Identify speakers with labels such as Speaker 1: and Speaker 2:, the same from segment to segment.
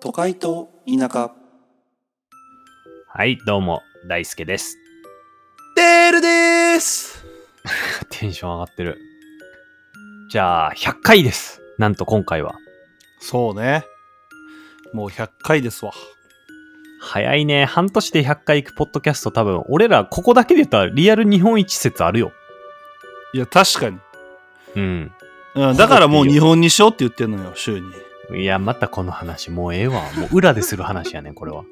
Speaker 1: 都会と田舎
Speaker 2: はい、どうも、大輔です。
Speaker 1: テールです
Speaker 2: テンション上がってる。じゃあ、100回です。なんと今回は。
Speaker 1: そうねもう100回ですわ
Speaker 2: 早いね。半年で100回行くポッドキャスト多分、俺らここだけで言ったらリアル日本一説あるよ。
Speaker 1: いや確かに、
Speaker 2: うん。
Speaker 1: うん、だからもう日本にしようって言ってんのよ週に
Speaker 2: いや、またこの話、もうええわ。もう裏でする話やねん、 これは。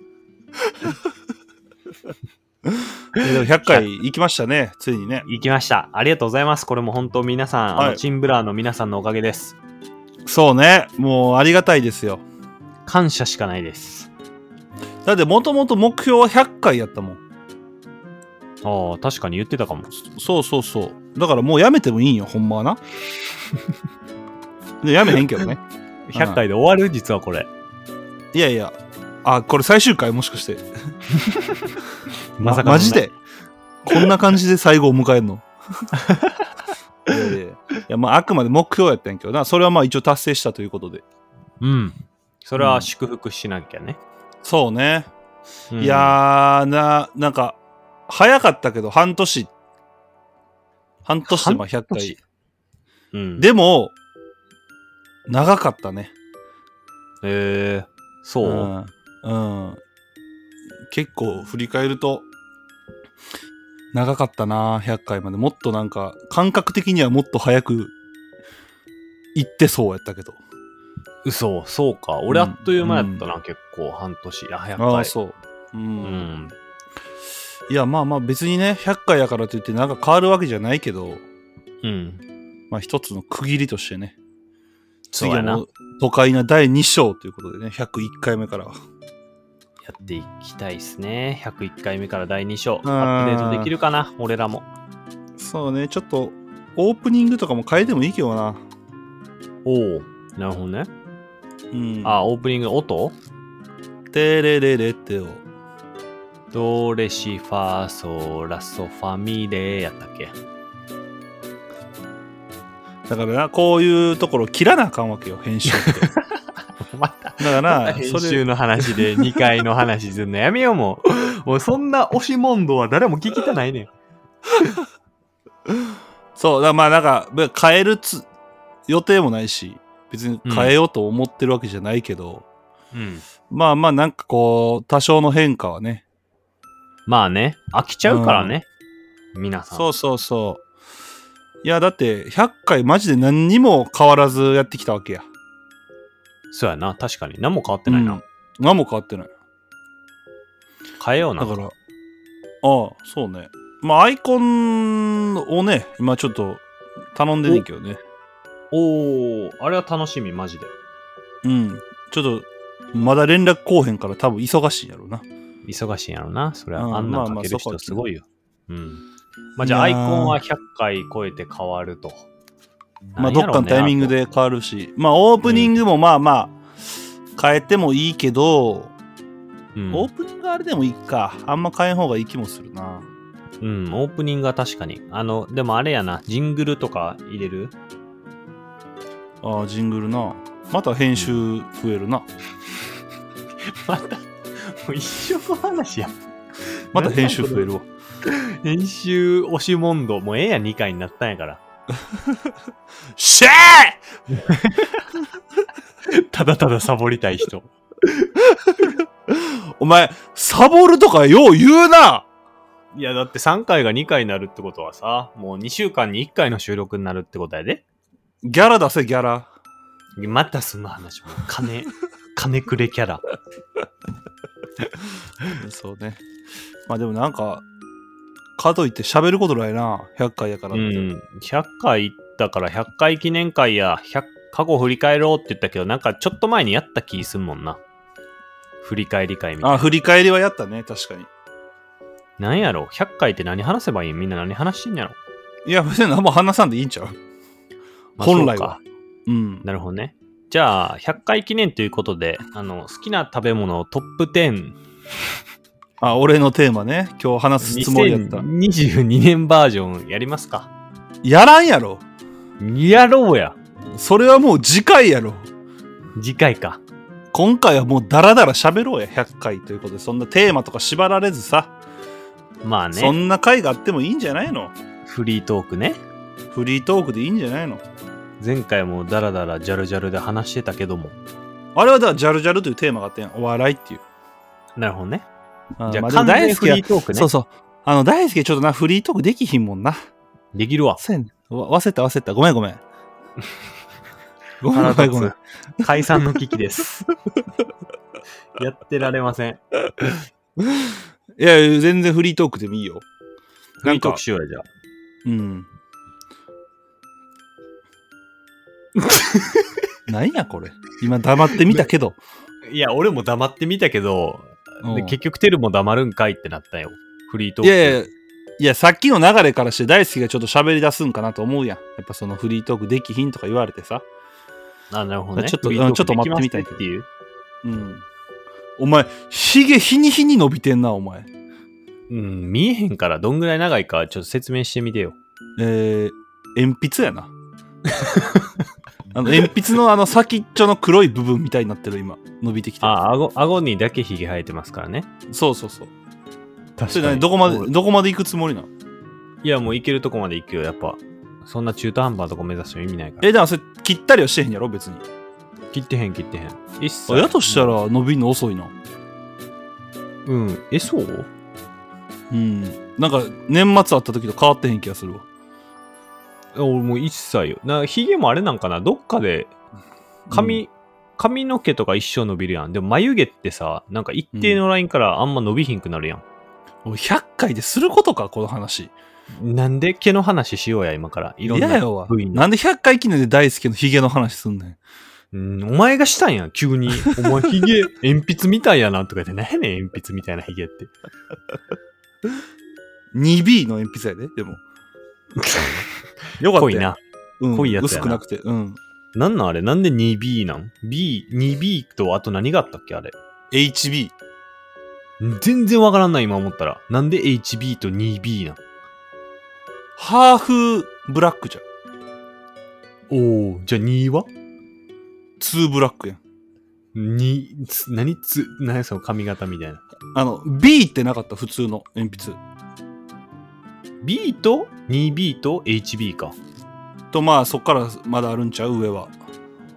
Speaker 1: えでも100回行きましたねついにね
Speaker 2: 行きました。ありがとうございます。これも本当皆さん、あ
Speaker 1: は
Speaker 2: の、
Speaker 1: い
Speaker 2: チンブラーの皆さんのおかげです。
Speaker 1: そうねもうありがたいですよ
Speaker 2: 感謝しかないです。
Speaker 1: だってもともと目標は100回やったもん
Speaker 2: ああ、確かに言ってたかも。
Speaker 1: そうそうそうだからもうやめてもいいんよほんまはな でやめへんけどね
Speaker 2: 100回で終わる実はこれ。
Speaker 1: いやいやあこれ最終回もしかして
Speaker 2: まさかのね
Speaker 1: マジでこんな感じで最後を迎えるの いやいやいやまああくまで目標やったんやけどなそれはまあ一応達成したということで
Speaker 2: うん。それは祝福しなきゃね。
Speaker 1: そうね、
Speaker 2: うん
Speaker 1: いやーななんか早かったけど半年半年でまあ100
Speaker 2: 半
Speaker 1: 回
Speaker 2: 年うん、
Speaker 1: でも長かったね
Speaker 2: えー、そう、
Speaker 1: うんうん結構振り返ると長かったな100回までもっとなんか感覚的にはもっと早く行ってそうやったけど
Speaker 2: 嘘、そうか。俺あっという間やったな、
Speaker 1: う
Speaker 2: 結構、半年。あ、やっ
Speaker 1: あ
Speaker 2: ぱ
Speaker 1: あ
Speaker 2: り。
Speaker 1: そううん、
Speaker 2: うん。
Speaker 1: いやまあまあ別にね100回やからといってなんか変わるわけじゃないけど
Speaker 2: うん。
Speaker 1: まあ一つの区切りとしてね
Speaker 2: そう
Speaker 1: 次
Speaker 2: や
Speaker 1: は
Speaker 2: な。
Speaker 1: も
Speaker 2: や
Speaker 1: う都会な第2章ということでね101回目からは
Speaker 2: っていきたいっすね。101回目から第2章。
Speaker 1: うん
Speaker 2: アップデートできるかな、俺らも。
Speaker 1: そうねちょっとオープニングとかも変えてもいいけどな
Speaker 2: おお。なるほどね。
Speaker 1: うん
Speaker 2: あ、オープニングの音
Speaker 1: テレレレテを
Speaker 2: ドレシファーソラソファミレやったっけ
Speaker 1: だからな、こういうところ切らなあかんわけよ、編集って。だ
Speaker 2: また
Speaker 1: から な、
Speaker 2: 編
Speaker 1: それ
Speaker 2: 集、の話 で2回の話するのやめようもう。もうそんな押し問答は誰も聞きたないねん。
Speaker 1: そう、だからまあなんか、まあ変えるつ予定もないし、別に変えようと思ってるわけじゃないけど、
Speaker 2: うん。
Speaker 1: まあまあなんかこう、多少の変化はね。
Speaker 2: まあね、飽きちゃうからね。皆さん。
Speaker 1: そうそうそう。いや、だって、100回マジで何にも変わらずやってきたわけや。
Speaker 2: そうやな、確かに。何も変わってないな。
Speaker 1: うん何も変わってない。
Speaker 2: 変えような。
Speaker 1: だから、ああ、そうね。まあアイコンをね、今ちょっと頼んでんねんけどね。
Speaker 2: おお、あれは楽しみ、マジで。
Speaker 1: うん。ちょっと、まだ連絡こうへんから多分忙しいんやろうな。
Speaker 2: 忙しいんやろな。それは、
Speaker 1: うん
Speaker 2: あんな
Speaker 1: まあ
Speaker 2: ん
Speaker 1: ま
Speaker 2: か
Speaker 1: あ
Speaker 2: ける
Speaker 1: そこは
Speaker 2: 人
Speaker 1: 気
Speaker 2: す
Speaker 1: に
Speaker 2: ごいよ。うん。まあじゃあ、ア
Speaker 1: い
Speaker 2: イ
Speaker 1: や
Speaker 2: コ
Speaker 1: ー
Speaker 2: ンは100回超えて変わると。
Speaker 1: まあ、どっかのタイミング
Speaker 2: で。
Speaker 1: で変わるし、まあ、オープニングもまあまあ、変えてもいいけど、
Speaker 2: うん、
Speaker 1: オープニングあれでもいいか。あんま変えん方がいい気もするな。
Speaker 2: うん、オープニングは確かに。あの、でもあれやな、ジングルとか入れる
Speaker 1: ああ、ジングルな。また編集増えるな。
Speaker 2: また、もう一生の話や。
Speaker 1: また編集増えるわ。
Speaker 2: 編集押し問答、もうええやん、2回になったんやから。
Speaker 1: シェー
Speaker 2: ただただサボりたい人。
Speaker 1: お前、サボるとかよう言うない
Speaker 2: や、だって3回が2回になるってことはさ、もう2週間に1回の収録になるってことやで。
Speaker 1: ギャラ出せ、ギャラ。
Speaker 2: またその話も、 金、金くれキャラ。
Speaker 1: そうね。まあでもなんか、かといって喋ることないな。100回やから
Speaker 2: う
Speaker 1: って。
Speaker 2: ん、100回行ったから100回記念会や、100過去振り返ろうって言ったけど、なんかちょっと前にやった気すんもんな。振り返り会みたいな。
Speaker 1: あ、振り返りはやったね、確かに。
Speaker 2: なんやろ ?100 回って何話せばいいみんな何話してんやろ、
Speaker 1: いや、別に何も話さんでいいんちゃう
Speaker 2: まあ
Speaker 1: 本来。
Speaker 2: そう
Speaker 1: は
Speaker 2: か
Speaker 1: うん。
Speaker 2: なるほどね。じゃあ、100回記念ということで、あの、好きな食べ物トップ10、
Speaker 1: あ、俺のテーマね。今日話すつもりやった。
Speaker 2: 2022年バージョンやりますか
Speaker 1: やらんやろ。
Speaker 2: やろうや。
Speaker 1: それはもう次回やろ。
Speaker 2: 次回か。
Speaker 1: 今回はもうダラダラ喋ろうや、100回ということで、そんなテーマとか縛られずさ、
Speaker 2: まあ
Speaker 1: そ
Speaker 2: ね、
Speaker 1: んな回があってもいいんじゃないの
Speaker 2: フリートークね。
Speaker 1: フリートークでいいんじゃないの
Speaker 2: 前回もダラダラジャルジャルで話してたけども。
Speaker 1: あれはだから、ジャルジャルというテーマがあってんお笑いっていう。
Speaker 2: なるほどね。
Speaker 1: うん
Speaker 2: じゃ
Speaker 1: ま
Speaker 2: あ、
Speaker 1: でも
Speaker 2: 完全にフリ
Speaker 1: は
Speaker 2: ートークね
Speaker 1: そう。そう。あの、大好きちょっとな、フリートークできひんもんな。
Speaker 2: できる わ。
Speaker 1: そうやねんわ忘れた忘れた。ごめんご めん。ごめんごめ
Speaker 2: 腹
Speaker 1: んごめ
Speaker 2: 立
Speaker 1: ん。
Speaker 2: つ。解散の危機です。 やってられません。
Speaker 1: いや、全然フリートークでもいいよ。
Speaker 2: フ
Speaker 1: な
Speaker 2: リ
Speaker 1: ん
Speaker 2: ートー
Speaker 1: か
Speaker 2: ク、しようや、じゃあ。
Speaker 1: うん。 なんやこれ。今黙ってみたけど。
Speaker 2: いや、俺も黙ってみたけど、
Speaker 1: うん
Speaker 2: で結局テルも黙るんかいってなったよ。フリートー
Speaker 1: い
Speaker 2: ク。
Speaker 1: やいや、いや、さっきの流れからして大好きがちょっと喋り出すんかなと思うやん。やっぱそのフリートークできひんとか言われてさ。
Speaker 2: あ、なるほどね。
Speaker 1: ちょっと
Speaker 2: フリートー
Speaker 1: うん
Speaker 2: ク
Speaker 1: ちょっと待ってみたい
Speaker 2: できますっていう。
Speaker 1: うん。お前、ひげ日に日に伸びてんな、お前。
Speaker 2: うん、見えへんから、どんぐらい長いか、ちょっと説明してみてよ。
Speaker 1: えー、鉛筆 やな。あの鉛筆のあの先っちょの黒い部分みたいになってる今伸びてきてる
Speaker 2: あ、顎、顎にだけヒゲ生えてますからね。
Speaker 1: そうそうそうそ
Speaker 2: 確
Speaker 1: れ何どこまでどこまで行くつもりなの
Speaker 2: いや、もういけるとこまで行くよ、やっぱ。そんな中途半端なとこ目指しても意味ないから。
Speaker 1: えだからそれ切ったりはしてへんやろ別に
Speaker 2: 切ってへん、切ってへん。一切。
Speaker 1: あやとしたら伸びんの遅いな
Speaker 2: うん。え、そう
Speaker 1: うんなんか年末あった時と変わってへん気がするわ
Speaker 2: 俺もう一切よ。な、ヒゲもあれなんかな、どっかで、髪、髪の毛とか一生伸びるやん。でも眉毛ってさ、なんか一定のラインからあんま伸びひんくなるやん。
Speaker 1: おい100回ですることかこの話
Speaker 2: なんで毛の話しようや、今から。いろんな。
Speaker 1: 嫌やわ
Speaker 2: 部位の
Speaker 1: なんで100回記念で大好きのヒゲの話すんねん
Speaker 2: うん、お前がしたんや、急に。お前ヒゲ、鉛筆みたいやな、とか言って、何やねん、鉛筆みたいなヒゲって。
Speaker 1: 2B の鉛筆やでで もよかった
Speaker 2: 濃いな。
Speaker 1: うん
Speaker 2: 濃いやつやな
Speaker 1: 薄くなくてうん
Speaker 2: なんなんあれなんで 2B なん ?B、2B とあと何があったっけあれ。
Speaker 1: HB
Speaker 2: 全然わからんない、今思ったら。なんで HB と 2B なん
Speaker 1: ハーフブラックじゃん
Speaker 2: おおじゃあ2は
Speaker 1: 2ブラックやん
Speaker 2: に、つ、何つ、何その髪型みたいな。
Speaker 1: あの B ってなかった普通の鉛筆
Speaker 2: B と 2B と HB か。
Speaker 1: とまあそっからまだあるんちゃう上は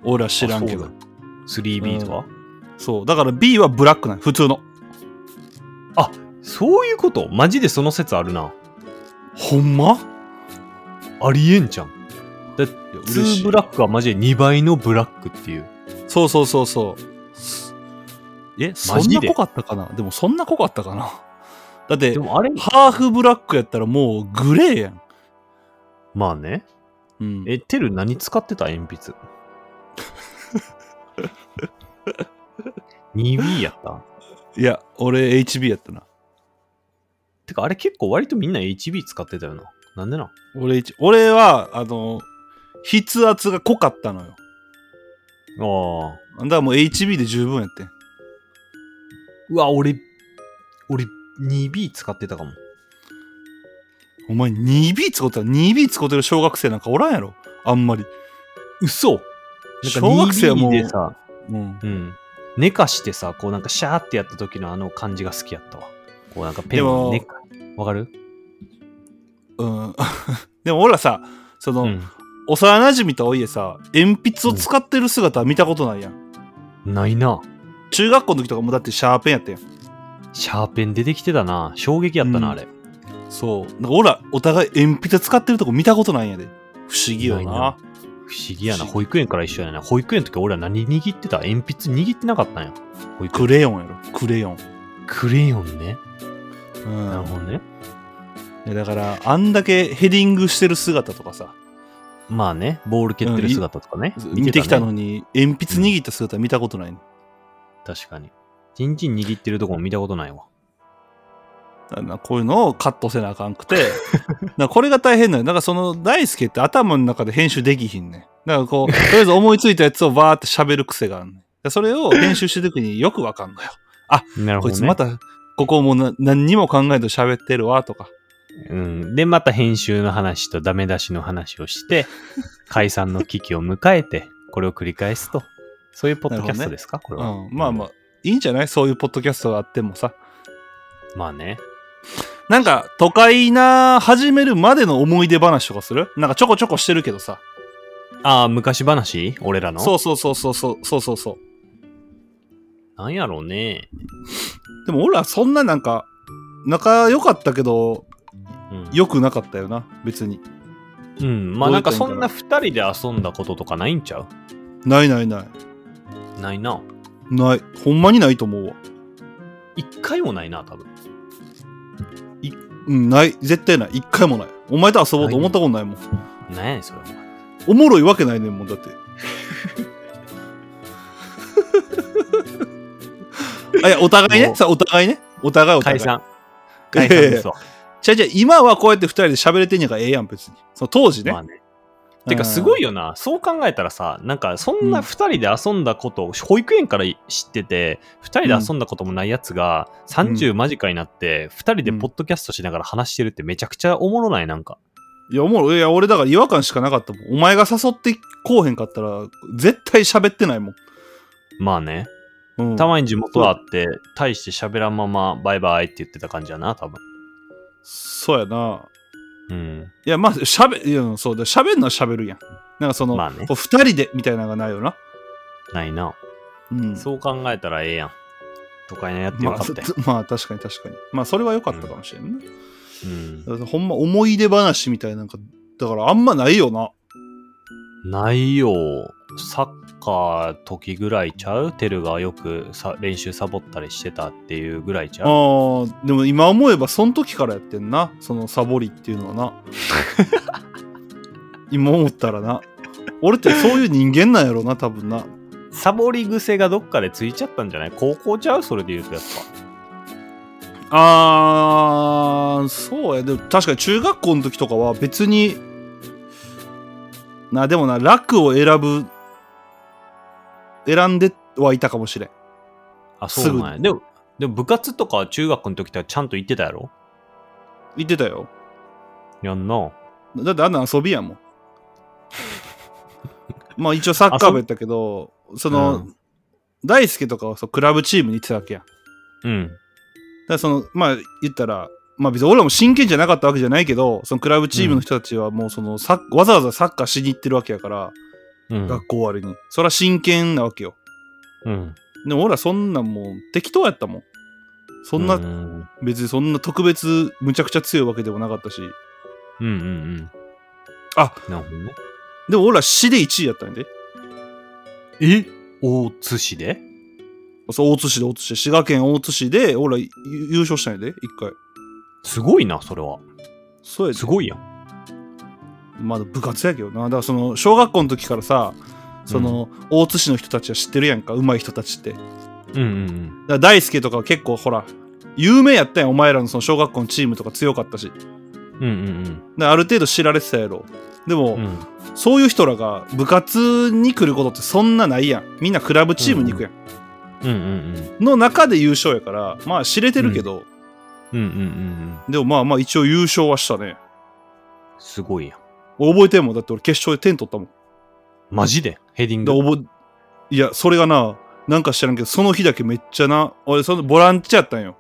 Speaker 1: 俺は知らんけ
Speaker 2: あ
Speaker 1: ど
Speaker 2: そうなん 3B とは、
Speaker 1: そうだから B はブラックなん普通の
Speaker 2: そういうことマジでその説あるな。
Speaker 1: ほんま
Speaker 2: ありえんじゃん。
Speaker 1: いや嬉し
Speaker 2: 2
Speaker 1: い
Speaker 2: ブラックはマジで2倍のブラックっていう。
Speaker 1: そうそうそうそうすえそ
Speaker 2: マ
Speaker 1: ん
Speaker 2: ジ
Speaker 1: な
Speaker 2: で
Speaker 1: 濃かったかなでもそんな濃かったかなだって
Speaker 2: でもあれ
Speaker 1: ハーフブラックやったらもうグレーやん、
Speaker 2: まあね。
Speaker 1: うん、
Speaker 2: え、テル何使ってた鉛 筆。2B やった
Speaker 1: いや俺 HB やったな
Speaker 2: てかあれ結構割とみんな HB 使ってたよな。なんでな
Speaker 1: 俺 H 俺はあの筆圧が濃かったのよ
Speaker 2: ああ。
Speaker 1: だからもう HB で十分やってん
Speaker 2: うわ、俺、俺 2B 使ってたかも。
Speaker 1: お前 2B 使うてたら 2B 使うてる小学生なんかおらんやろあんまり。
Speaker 2: 嘘なんか
Speaker 1: 小学生はもう
Speaker 2: 2B でさ、
Speaker 1: うん。
Speaker 2: うん。寝かしてさ、こうなんかシャーってやった時のあの感じが好きやったわ。こうなんかペン
Speaker 1: で
Speaker 2: を
Speaker 1: も
Speaker 2: 寝か。わかる
Speaker 1: うん、 でも俺らさ、その、
Speaker 2: うん。
Speaker 1: 幼馴染とはいえさ、鉛筆を使ってる姿は見たことないやん。
Speaker 2: ないな。
Speaker 1: 中学校の時とかもだってシャーペンやったやん。
Speaker 2: シャーペン出てきてたな。衝撃やったな、
Speaker 1: うん
Speaker 2: あれ。
Speaker 1: そう。だから俺らお互い鉛筆使ってるとこ見たことないんやで。不思議よ
Speaker 2: な
Speaker 1: な。
Speaker 2: いな不思議やな。
Speaker 1: 不思議
Speaker 2: 保育園から一緒やな。保育園の時俺は何握ってた鉛筆握ってなかったんや。保育園
Speaker 1: クレヨンやろ。クレヨン。
Speaker 2: クレヨンね。
Speaker 1: うん。
Speaker 2: なるほどね。
Speaker 1: いやだから、あんだけヘディングしてる姿とかさ、
Speaker 2: まあね、ボール蹴ってる姿とかね。
Speaker 1: 見てきた
Speaker 2: ね
Speaker 1: のに、鉛筆握った姿見たことないの。
Speaker 2: 確かに。チンチン握ってるとこも見たことないわ。
Speaker 1: あのこういうのをカットせなあかんくて なんかこれが大変なのよだからその大輔って頭の中で編集できひんねんだからこうとりあえず思いついたやつをバーって喋る癖があるねんでそれを編集してる時によくわかんのよ
Speaker 2: なる
Speaker 1: こ
Speaker 2: ほ
Speaker 1: い
Speaker 2: ど、
Speaker 1: つ
Speaker 2: ね。
Speaker 1: またここもうな何にも考えず喋ってるわとか
Speaker 2: うん。で、また編集の話と ダメ出しの話をして、解散の危機を迎えて、これを繰り返すと。そういうポッドキャストですか、これは、
Speaker 1: うん、まあまあ、いいんじゃないそういうポッドキャストがあってもさ。
Speaker 2: あ。まあね。
Speaker 1: なんか、都会な始めるまでの思い出話とかするなんかちょこちょこしてるけどさ。
Speaker 2: ああ、昔話俺らの
Speaker 1: そうそうそうそうそうそうそうそう。
Speaker 2: なんやろうね。
Speaker 1: でも俺らそんななんか、仲良かったけど、
Speaker 2: うん、
Speaker 1: 良くなかったよな、別に。
Speaker 2: うん、まあなんか
Speaker 1: ど
Speaker 2: そう
Speaker 1: いうんたら
Speaker 2: な二人で遊んだこととかないんちゃう
Speaker 1: ないないない。
Speaker 2: ないな。
Speaker 1: ない。ほんまにないと思うわ。
Speaker 2: 一回もないな、多分。
Speaker 1: うん、ない。絶対ない。一回もない。お前と遊ぼうと思ったことないもん。
Speaker 2: なんやねん、それお前。
Speaker 1: おもろいわけないねんもん、だって。あいや、お互いね
Speaker 2: も。う
Speaker 1: さ、お互いね。お互いお互
Speaker 2: 解
Speaker 1: い。
Speaker 2: 散。解散ですわ。
Speaker 1: じゃじゃ今はこうやって二人で喋れてんやからええやん、別に。その当時ね。
Speaker 2: まあね。てかすごいよな、そう考えたらさ、なんかそんな2人で遊んだことを、保育園から知ってて、2人で遊んだこともないやつが、30間近になって、2人でポッドキャストしながら話してるってめちゃくちゃおもろない、なんか。
Speaker 1: いや、おもろい。いや、俺だから違和感しかなかったもん。お前が誘ってこうへんかったら、絶対喋ってないもん。
Speaker 2: まあね、
Speaker 1: うん、
Speaker 2: たまに地元あって、大して喋らんまま、バイバイって言ってた感じやな、多分。
Speaker 1: そうやな。
Speaker 2: うん。
Speaker 1: いや、まあ、喋、いや、そうだ。喋るのは喋るやん。なんかその、
Speaker 2: まあね
Speaker 1: こう二人でみたいなのがないよな。
Speaker 2: ないな。
Speaker 1: うん。
Speaker 2: そう考えたらええやん。都会のやってよ
Speaker 1: ま
Speaker 2: か
Speaker 1: あ、
Speaker 2: った
Speaker 1: つ
Speaker 2: やん、
Speaker 1: まあ、確かに確かに。まあ、それは良かったかもしれんね。
Speaker 2: うん
Speaker 1: だからほんま思い出話みたいななんか、だからあんまないよな。
Speaker 2: ないよ。サッカー時ぐらいちゃうテルがよくさ練習サボったりしてたっていうぐらいち
Speaker 1: あ
Speaker 2: ゃう
Speaker 1: ーでも今思えばその時からやってんなそのサボりっていうのはな 今思ったらな俺ってそういう人間なんやろな多分な
Speaker 2: サボり癖がどっかでついちゃったんじゃない高校ちゃうそれで言うとやっ
Speaker 1: あーそうやでも確かに中学校の時とかは別になでもな楽を選ぶ選んではいたかもしれん
Speaker 2: ぱ。あ、そうなんや。でも、でも部活とか中学の時とはちゃんと行ってたやろ
Speaker 1: 言ってたよ
Speaker 2: やんな。
Speaker 1: だってあんな遊びやもん。 まあ一応サッカー部やったけど、そ
Speaker 2: う
Speaker 1: の、
Speaker 2: ん
Speaker 1: 大輔とかはそうクラブチームに行ってたわけやん。だか
Speaker 2: うん。
Speaker 1: らその、まあ言ったら、まあ別に俺らも真剣じゃなかったわけじゃないけど、そのクラブチームの人たちはもうそのサッ、わざわざサッカーしに行ってるわけやから、
Speaker 2: うん。
Speaker 1: 学校終わりに。そりゃ真剣なわけよ。
Speaker 2: うん。
Speaker 1: でも俺らそんなんもう適当やったもん。そんな、
Speaker 2: うん
Speaker 1: 別にそんな特別むちゃくちゃ強いわけでもなかったし。
Speaker 2: うんうん。
Speaker 1: あ、
Speaker 2: なるほどね。
Speaker 1: でも俺ら市で1位やったんやで。
Speaker 2: え大津市で
Speaker 1: そう、大津市で大津市。滋賀県大津市で、俺らゆ優勝したんやで、一回。
Speaker 2: すごいな、それは。。
Speaker 1: そうやです
Speaker 2: ごいやん。
Speaker 1: まだ部活やけどな。だからその、小学校の時からさ、その、大津市の人たちは知ってるやんか、上手い人たちって。だか
Speaker 2: うんうん
Speaker 1: ら大輔とかは結構、ほら、有名やったやん、お前らのその小学校のチームとか強かったし。だか
Speaker 2: うん。うんうん
Speaker 1: らある程度知られてたやろ。でも、
Speaker 2: うん。うん。
Speaker 1: そういう人らが部活に来ることってそんなないやん。みんなクラブチームに行くやん。
Speaker 2: うんうんうん。
Speaker 1: の中で優勝やから、まあ知れてるけど、
Speaker 2: うんうんうんうん。
Speaker 1: でもまあまあ一応優勝はしたね。
Speaker 2: すごいやん。
Speaker 1: 俺覚えてんもん。だって俺決勝で点取ったもん。
Speaker 2: マジでヘディン
Speaker 1: で
Speaker 2: グ。
Speaker 1: 覚えいやそれがななんか知らんけどその日だけめっちゃな俺そのボランチやったんよ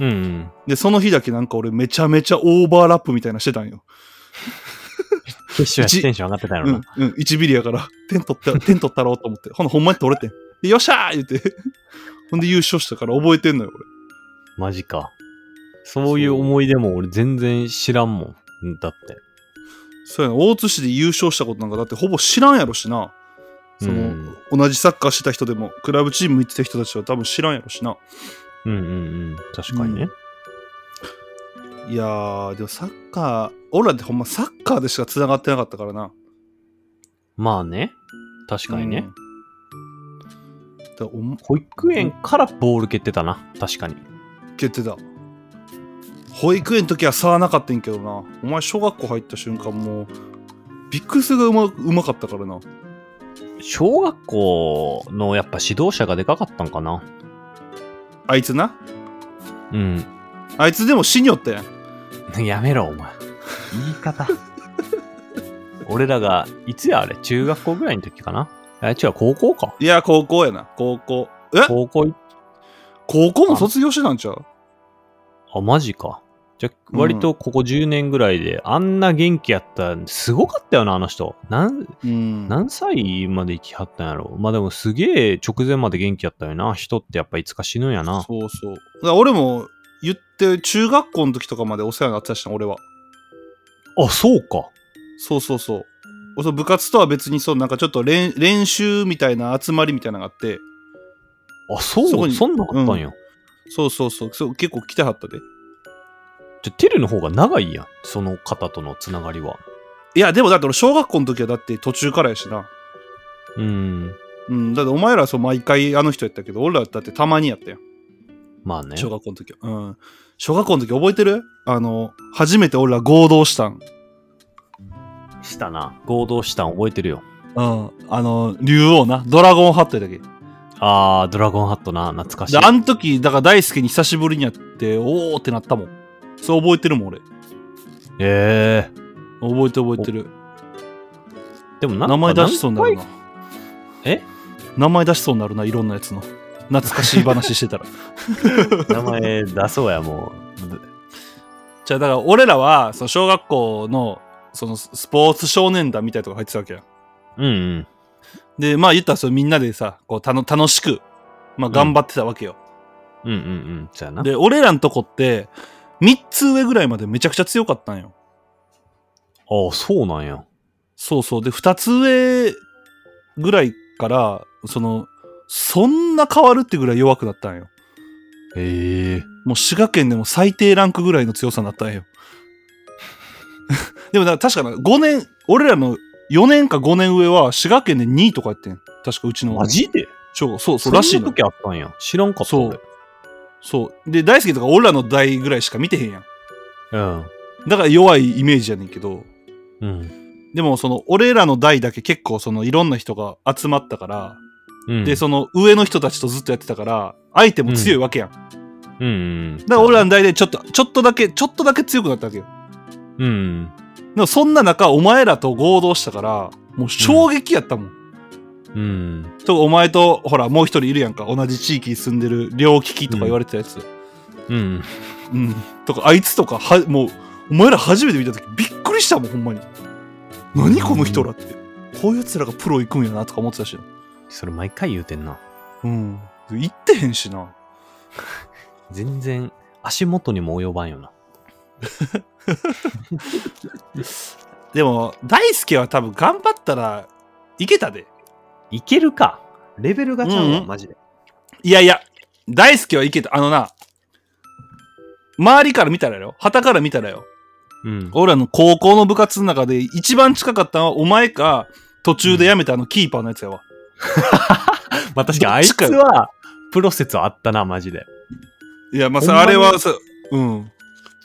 Speaker 2: うんうん。
Speaker 1: でその日だけなんか俺めちゃめちゃオーバーラップみたいなのしてたんよ、
Speaker 2: 決勝や
Speaker 1: 一
Speaker 2: しテンション上がってたんや
Speaker 1: う。
Speaker 2: ろなん
Speaker 1: うん、1ビリやから点取った点取ったろうと思ってほんほんまに取れてんでよっしゃー言ってほんで優勝したから覚えてんのよ
Speaker 2: マジか。そういう思い出も俺全然知らんもん。だって。
Speaker 1: 俺そうやな大津市で優勝したことなんかだってほぼ知らんやろしなその、
Speaker 2: うん
Speaker 1: 同じサッカーしてた人でもクラブチーム行ってた人たちは多分知らんやろしな
Speaker 2: うんうんうん。確かにね。
Speaker 1: いやーでもサッカー俺らってほんまサッカーでしか繋がってなかったからな
Speaker 2: まあね。確かにね。
Speaker 1: うん。だから思
Speaker 2: 保育園からボール蹴ってたな。確かに。
Speaker 1: けてた。保育園の時は差はなかったんやけどな。お前小学校入った瞬間もう、ビックスがうまうまかったからな。
Speaker 2: 小学校のやっぱ指導者がでかかったんかな。
Speaker 1: あいつな。
Speaker 2: うん。
Speaker 1: あいつでも死によったやん。
Speaker 2: やめろ、お前。 言い方。俺らが、いつやあれ中学校ぐらいの時かなえ、違う、高校か。
Speaker 1: いや、高校やな。高校。え
Speaker 2: 高校い、
Speaker 1: 高校も卒業してたんちゃう
Speaker 2: あ、マジか。じゃあ、
Speaker 1: うん
Speaker 2: 割とここ10年ぐらいで、あんな元気やった、すごかったよな、あの人。なん、
Speaker 1: うん
Speaker 2: 何歳まで生きはったんやろ。まあでもすげえ直前まで元気やったよな。人ってやっぱいつか死ぬんやな。
Speaker 1: そうそう。だから俺も言って、中学校の時とかまでお世話になってたしな、俺は。
Speaker 2: あ、そうか。
Speaker 1: そうそうそう。俺そう部活とは別にそうなんかちょっと練練習みたいな集まりみたいなのがあって
Speaker 2: あ、そう
Speaker 1: そこに
Speaker 2: そんなんあったんや。
Speaker 1: そうそうそうそう結構来てはったで
Speaker 2: じゃあ、テルの方が長いやん。その方とのつながりは。
Speaker 1: いやでもだって俺小学校の時はだって途中からやしな
Speaker 2: うん。
Speaker 1: うんだってお前らはそう毎回あの人やったけど俺らだってたまにやったやん
Speaker 2: まあね。
Speaker 1: 小学校の時はうん小学校の時覚えてるあの初めて俺ら合同したん
Speaker 2: したな。合同したん覚えてるよ。
Speaker 1: うんあの竜王なドラゴンハットやったっけ
Speaker 2: あー、ドラゴンハットな。懐かしい
Speaker 1: で。あの時だから大輔に久しぶりに会っておおってなったもんそれ覚えてるもん俺
Speaker 2: ええ
Speaker 1: 覚えてる覚えてる
Speaker 2: でもなんか
Speaker 1: 名前出しそうになるな。
Speaker 2: え
Speaker 1: 名前出しそうになるな、いろんなやつの。懐かしい話してたら。
Speaker 2: 名前出そうや、もう。
Speaker 1: じゃあ、だから俺らは、その小学校の、そのスポーツ少年団みたいなとこ入ってたわけや。
Speaker 2: うんうん。
Speaker 1: で、まあ言ったらそのみんなでさ、こうたの楽しく、まあ頑張ってたわけよ。
Speaker 2: うんうんうん。そうやな。
Speaker 1: で、俺らのとこって、3つ上ぐらいまでめちゃくちゃ強かったんよ。
Speaker 2: あー、そうなんや。
Speaker 1: そうそう。で、2つ上ぐらいから、その、そんな変わるってぐらい弱くなったんよ。
Speaker 2: ええ
Speaker 1: もう滋賀県でも最低ランクぐらいの強さになったんよ。 でもだから確かな、5年、俺らの4年か5年上は滋賀県で2位とかやってん。確かうちの。
Speaker 2: マジで
Speaker 1: そうそうそう、らしい
Speaker 2: ん
Speaker 1: の
Speaker 2: な。時あったんや。知らんかった。
Speaker 1: そう
Speaker 2: 俺
Speaker 1: そう。で、大好きとか俺らの代ぐらいしか見てへんやん。
Speaker 2: うん。
Speaker 1: だから弱いイメージやねんけど。
Speaker 2: うん。
Speaker 1: でもその、俺らの代だけ結構その、いろんな人が集まったから、
Speaker 2: うん、
Speaker 1: で、その、上の人たちとずっとやってたから、相手も強いわけやん。だか
Speaker 2: うんうん。だ
Speaker 1: ら俺らの代でちょっと、ちょっとだけ、ちょっとだけ強くなったわけよ。
Speaker 2: うん。
Speaker 1: でもそんな中お前らと合同したからもう衝撃やったもん、
Speaker 2: うん。
Speaker 1: とお前とほらもう一人いるやんか同じ地域に住んでる両利きとか言われてたやつ、
Speaker 2: うん。
Speaker 1: うんとかあいつとかはもうお前ら初めて見た時びっくりしたもんほんまに何この人らって、こういうやつらがプロ行くんやなとか思ってたし
Speaker 2: それ毎回言うてんな。
Speaker 1: うん行ってへんしな
Speaker 2: 全然足元にも及ばんよな。
Speaker 1: でも大輔は多分頑張ったらいけたで
Speaker 2: いけるか。レベルがちゃうわ、
Speaker 1: うん
Speaker 2: マジで。
Speaker 1: いやいや大輔はいけたあのな周りから見たらよ旗から見たらよ
Speaker 2: うん。
Speaker 1: 俺らの高校の部活の中で一番近かったのはお前か途中で辞めたあのキーパーのやつやわ、
Speaker 2: まあ確かにあいつ
Speaker 1: どっ
Speaker 2: は、プロ説あったな、マジで。
Speaker 1: いやまあ
Speaker 2: ほん
Speaker 1: さ
Speaker 2: ま
Speaker 1: あ
Speaker 2: に
Speaker 1: れはさうん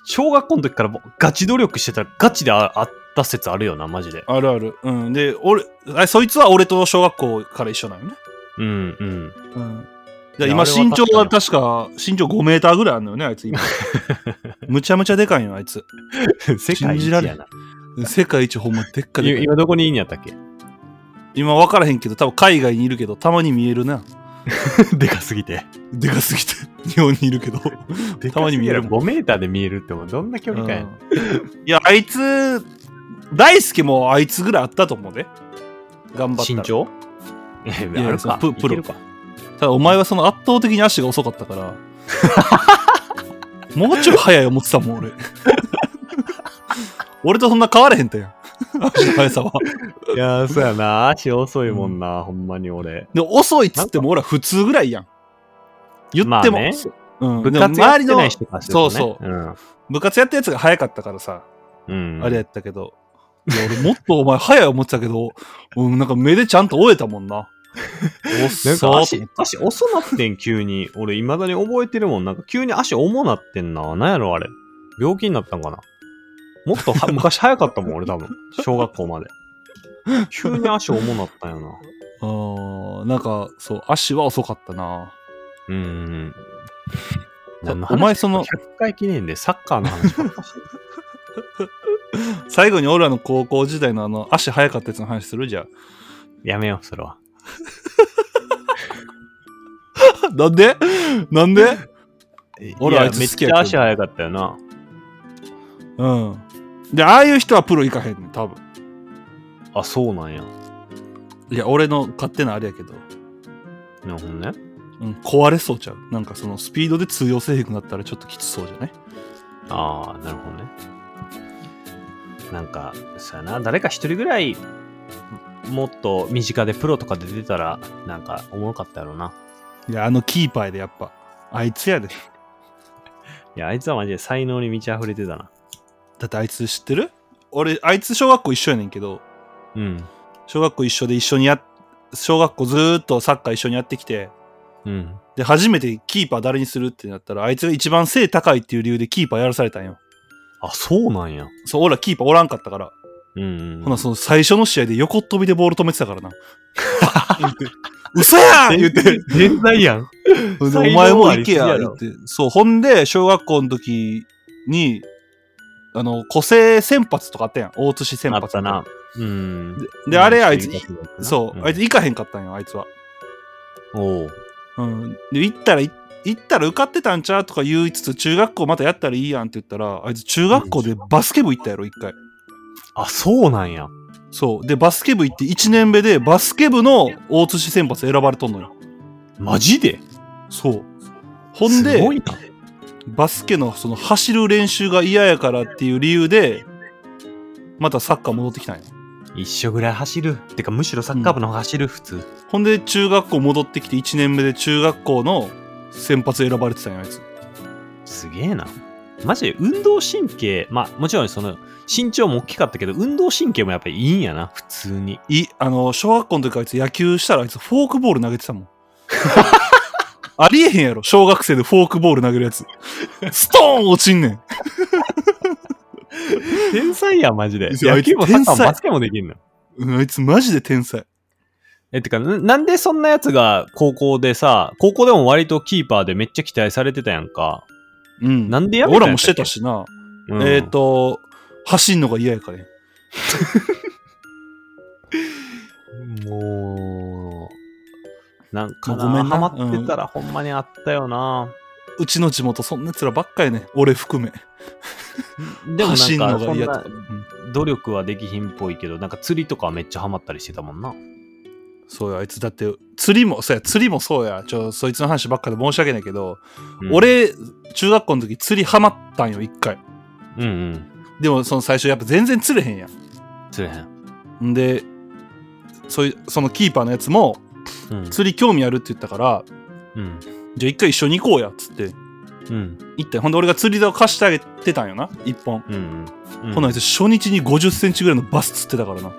Speaker 2: 小学校の時からもうガチ努力してたらガチでああった説あるよな、マジで。
Speaker 1: あるあるうんで俺あそいつは俺と小学校から一緒なのね
Speaker 2: うんうん。
Speaker 1: うんで
Speaker 2: いや
Speaker 1: 今
Speaker 2: あれは
Speaker 1: 身長は確か身長5メーターぐらいあるのよねあい つ今むちゃむちゃでかいよあいつ
Speaker 2: 世界
Speaker 1: 信
Speaker 2: 一
Speaker 1: じ
Speaker 2: や
Speaker 1: られん
Speaker 2: な。
Speaker 1: 世界一ほんまでっかいで
Speaker 2: い
Speaker 1: かい
Speaker 2: 今どこにいんやったっけ
Speaker 1: 今分からへんけど多分海外にいるけどたまに見えるな
Speaker 2: でかすぎて。
Speaker 1: でか すぎて日本にいるけどたまに見える
Speaker 2: 5メーターで見えるってもうどんな距離感やねん
Speaker 1: うんいや、あいつ、大輔もあいつぐらいあったと思うね。頑張ったら
Speaker 2: 身長
Speaker 1: いや
Speaker 2: ある
Speaker 1: その
Speaker 2: か。
Speaker 1: ププロ
Speaker 2: いけるか。
Speaker 1: ただお前はその圧倒的に足が遅かったから。 もうちょい速い思ってたもん、俺。 俺とそんな変われへんたやん。足の速さは。
Speaker 2: いやー、そうや な。足遅いもんな、ほんまに俺。
Speaker 1: で、遅いっつっても俺は普通ぐらいやん。言
Speaker 2: ま
Speaker 1: って
Speaker 2: あ
Speaker 1: も。
Speaker 2: ね
Speaker 1: うん、
Speaker 2: 部
Speaker 1: でも
Speaker 2: 活やっ
Speaker 1: 周り
Speaker 2: てない
Speaker 1: の
Speaker 2: 人からする
Speaker 1: そ
Speaker 2: と
Speaker 1: う
Speaker 2: ね。
Speaker 1: そう。部活やったやつが速かったからさ、
Speaker 2: うん。うん。
Speaker 1: あれやったけど。いや、俺もっとお前速い思ってたけど、 うん、なんか目でちゃんと追えた もんな。おっ
Speaker 2: なん
Speaker 1: そ
Speaker 2: か
Speaker 1: ーと
Speaker 2: 足、足遅なってん、急に。俺、未だに覚えてるもん。なんか、急に足重なってんな。なんやろ、あれ。病気になったんかな。もっとは昔早かったもん、俺多分。小学校まで。急に足重なったよな。
Speaker 1: あーなんか、そう、足は遅かったな。
Speaker 2: うーん。何の
Speaker 1: お
Speaker 2: 話
Speaker 1: 前その
Speaker 2: 100、回記念でサッカーの話ばっかしてる
Speaker 1: 最後に俺らの高校時代のあの、足早かったやつの話するじゃん。
Speaker 2: やめよう、それは。
Speaker 1: なんでなんで俺
Speaker 2: いや
Speaker 1: あいつ
Speaker 2: めっ
Speaker 1: 好き
Speaker 2: ち
Speaker 1: やけど
Speaker 2: ゃ足早かったよな。
Speaker 1: うん。で、ああいう人はプロ行かへんねん、多分。
Speaker 2: あ、そうなんや。
Speaker 1: いや、俺の勝手なあれやけど。
Speaker 2: なるほどね。
Speaker 1: うん、壊れそうちゃう。なんかそのスピードで通用せえへんくなったらちょっときつそうじゃない
Speaker 2: ああ、なるほどね。なんか、そうやな、誰か一人ぐらい、もっと身近でプロとかで出てたら、なんか、おもろかったやろうな。
Speaker 1: いや、あのキーパーやでやっぱ。あいつやで。
Speaker 2: いや、あいつはマジで才能に満ち溢れてたな。
Speaker 1: だってあいつ知ってる俺、あいつ小学校一緒やねんけど、
Speaker 2: うん。
Speaker 1: 小学校一緒で一緒にやっ、小学校ずーっとサッカー一緒にやってきて、
Speaker 2: うん。
Speaker 1: で、初めてキーパー誰にするってなったら、あいつが一番背高いっていう理由でキーパーやらされたんよ。
Speaker 2: あ、そうなんや。
Speaker 1: そう、俺らキーパーおらんかったから。
Speaker 2: うん、うん。
Speaker 1: ほな、その最初の試合で横っ飛びでボール止めてたから な。嘘やん言って。
Speaker 2: 天才やん。
Speaker 1: お
Speaker 2: 才能
Speaker 1: 前も
Speaker 2: あ
Speaker 1: 行
Speaker 2: りす
Speaker 1: け
Speaker 2: ぎや
Speaker 1: や
Speaker 2: ろ
Speaker 1: 言って。そう、ほんで、小学校の時に、あの、個性先発とかあったやん。大津市先
Speaker 2: あ
Speaker 1: 発。
Speaker 2: ったな。。うん。
Speaker 1: で、であれ、あいつ、そう、あい
Speaker 2: つ。
Speaker 1: つ行かへんかったんよ、あいつは。
Speaker 2: おう。
Speaker 1: うん。で、行ったら、い行ったら受かってたんちゃうとか言いつつ、中学校またやったらいいやんって言ったら、あいつ中学校でバスケ部行ったやろ、一回。
Speaker 2: あ、そうなんや。
Speaker 1: そう。で、バスケ部行って1年目で、バスケ部の大津市選抜選ばれとんのよ。
Speaker 2: マジで
Speaker 1: そう。ほん
Speaker 2: す
Speaker 1: で
Speaker 2: ご、いな。
Speaker 1: バスケのその走る練習が嫌やからっていう理由で、またサッカー戻ってきたんや。
Speaker 2: 一緒ぐらい走る。てか、むしろサッカー部の方が走る、普通。
Speaker 1: ほんで、中学校戻ってきて1年目で中学校の先発選ばれてたんや、あいつ。
Speaker 2: すげえな。マジで運動神経、まあもちろんその身長も大きかったけど、運動神経もやっぱりいいんやな、普通 に。
Speaker 1: い、あの、小学校の時あいつ野球したらあいつフォークボール投げてたも ん。ありえへんやろ、小学生でフォークボール投げるやつ。ストーン落ちんねん。
Speaker 2: 天才や、マジで。
Speaker 1: いや
Speaker 2: 野球も
Speaker 1: あいつ
Speaker 2: サッカー
Speaker 1: 天
Speaker 2: も
Speaker 1: 才
Speaker 2: バスケもできるの。
Speaker 1: うんあいつマジで天才。
Speaker 2: え、てか、ななんでそんなやつが高校でさ、高校でも割とキーパーでめっちゃ期待されてたやんか。
Speaker 1: うん。
Speaker 2: なんでやめたんやったっけ
Speaker 1: 俺らもしてたしな。
Speaker 2: うん
Speaker 1: えっ、ー、と、走んのが嫌やからね。
Speaker 2: もう、なんかな
Speaker 1: もうごめんな
Speaker 2: ハマってたらほんまにあったよな。
Speaker 1: うちの地元そんな奴らばっかやねん。俺含め。
Speaker 2: でも
Speaker 1: 走ん
Speaker 2: な
Speaker 1: の
Speaker 2: んか、
Speaker 1: が
Speaker 2: そん
Speaker 1: 嫌と
Speaker 2: な
Speaker 1: か。うん
Speaker 2: 努力はできひんっぽいけど、なんか釣りとかはめっちゃハマったりしてたもんな。
Speaker 1: そうや、あいつだって、釣りも、そうや、釣りもそうや。ちょ、そいつの話ばっかで申し訳ないけど、
Speaker 2: うん、
Speaker 1: 俺、中学校の時釣りハマったんよ、一回。
Speaker 2: うんうん。
Speaker 1: でも、その最初やっぱ全然釣れへんや
Speaker 2: 釣れへん。
Speaker 1: ん。んで、そういう、そのキーパーのやつも、
Speaker 2: うん。
Speaker 1: 釣り興味あるって言ったから、
Speaker 2: うん。
Speaker 1: じゃあ一回一緒に行こうや、っつって。
Speaker 2: うん。
Speaker 1: 行って、ほんで俺が釣り竿貸してあげてたんよな、一本。
Speaker 2: うん。うん
Speaker 1: ほなあいつ初日に50センチぐらいのバス釣ってたからな。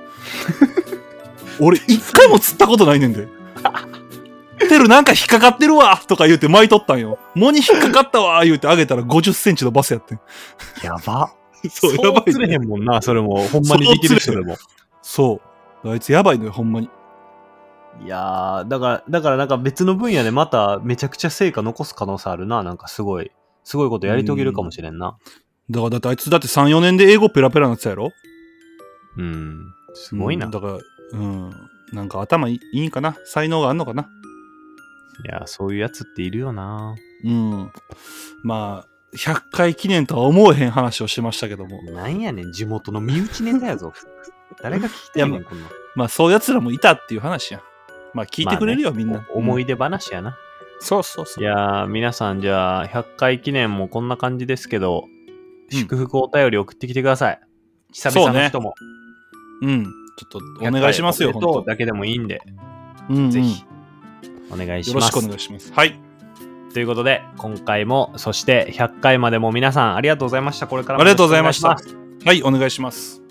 Speaker 1: 俺一回も釣ったことないねんで。テルなんか引っかかってるわとか言うて巻いとったんよ。藻に引っかかったわ言うてあげたら50センチのバスやってん。
Speaker 2: やば。
Speaker 1: そう、やばい、
Speaker 2: 釣れへんもんな、それも。ほんまにできる人でも。
Speaker 1: そう。あいつやばいのよ、ほんまに。
Speaker 2: いやー、だから、だからなんか別の分野でまためちゃくちゃ成果残す可能性あるな。なんかすごい、すごいことやり遂げるかもしれんな。
Speaker 1: だからだってあいつだって3、4年で英語ペラペラなってたやろ
Speaker 2: うん。すごいな。
Speaker 1: うん
Speaker 2: い
Speaker 1: だから、うん。なんか頭いいいいんかな才能があんのかな
Speaker 2: やー、そういうやつっているよな。
Speaker 1: うん。まあ、100回記念とは思えへん話をしてましたけども。
Speaker 2: なんやねん、地元の身内ネタ やぞ。誰が聞きたいねん、こんなん。
Speaker 1: まあそういう奴らもいたっていう話やん。まあ聞いてくれるよ、みんな。
Speaker 2: お思
Speaker 1: い、
Speaker 2: い出話やな。
Speaker 1: そうそうそ。
Speaker 2: いうやー、皆さん、じゃあ、100回記念もこんな感じですけど、
Speaker 1: うん
Speaker 2: 祝福お便り送ってきてください。久々の人も。
Speaker 1: うん。ちょっとお願いしますよ、
Speaker 2: 100回おめ
Speaker 1: 本
Speaker 2: でとう
Speaker 1: 当
Speaker 2: だけでもいいんで、
Speaker 1: うんうん
Speaker 2: ぜひ、お願いし
Speaker 1: よ
Speaker 2: ま
Speaker 1: ろ
Speaker 2: す。
Speaker 1: しくお願いします。はい。
Speaker 2: ということで、今回も、そして100回までも皆さんありがとうございました。これからも
Speaker 1: ありがとうございました
Speaker 2: よろくお願いします
Speaker 1: はい、お願いします。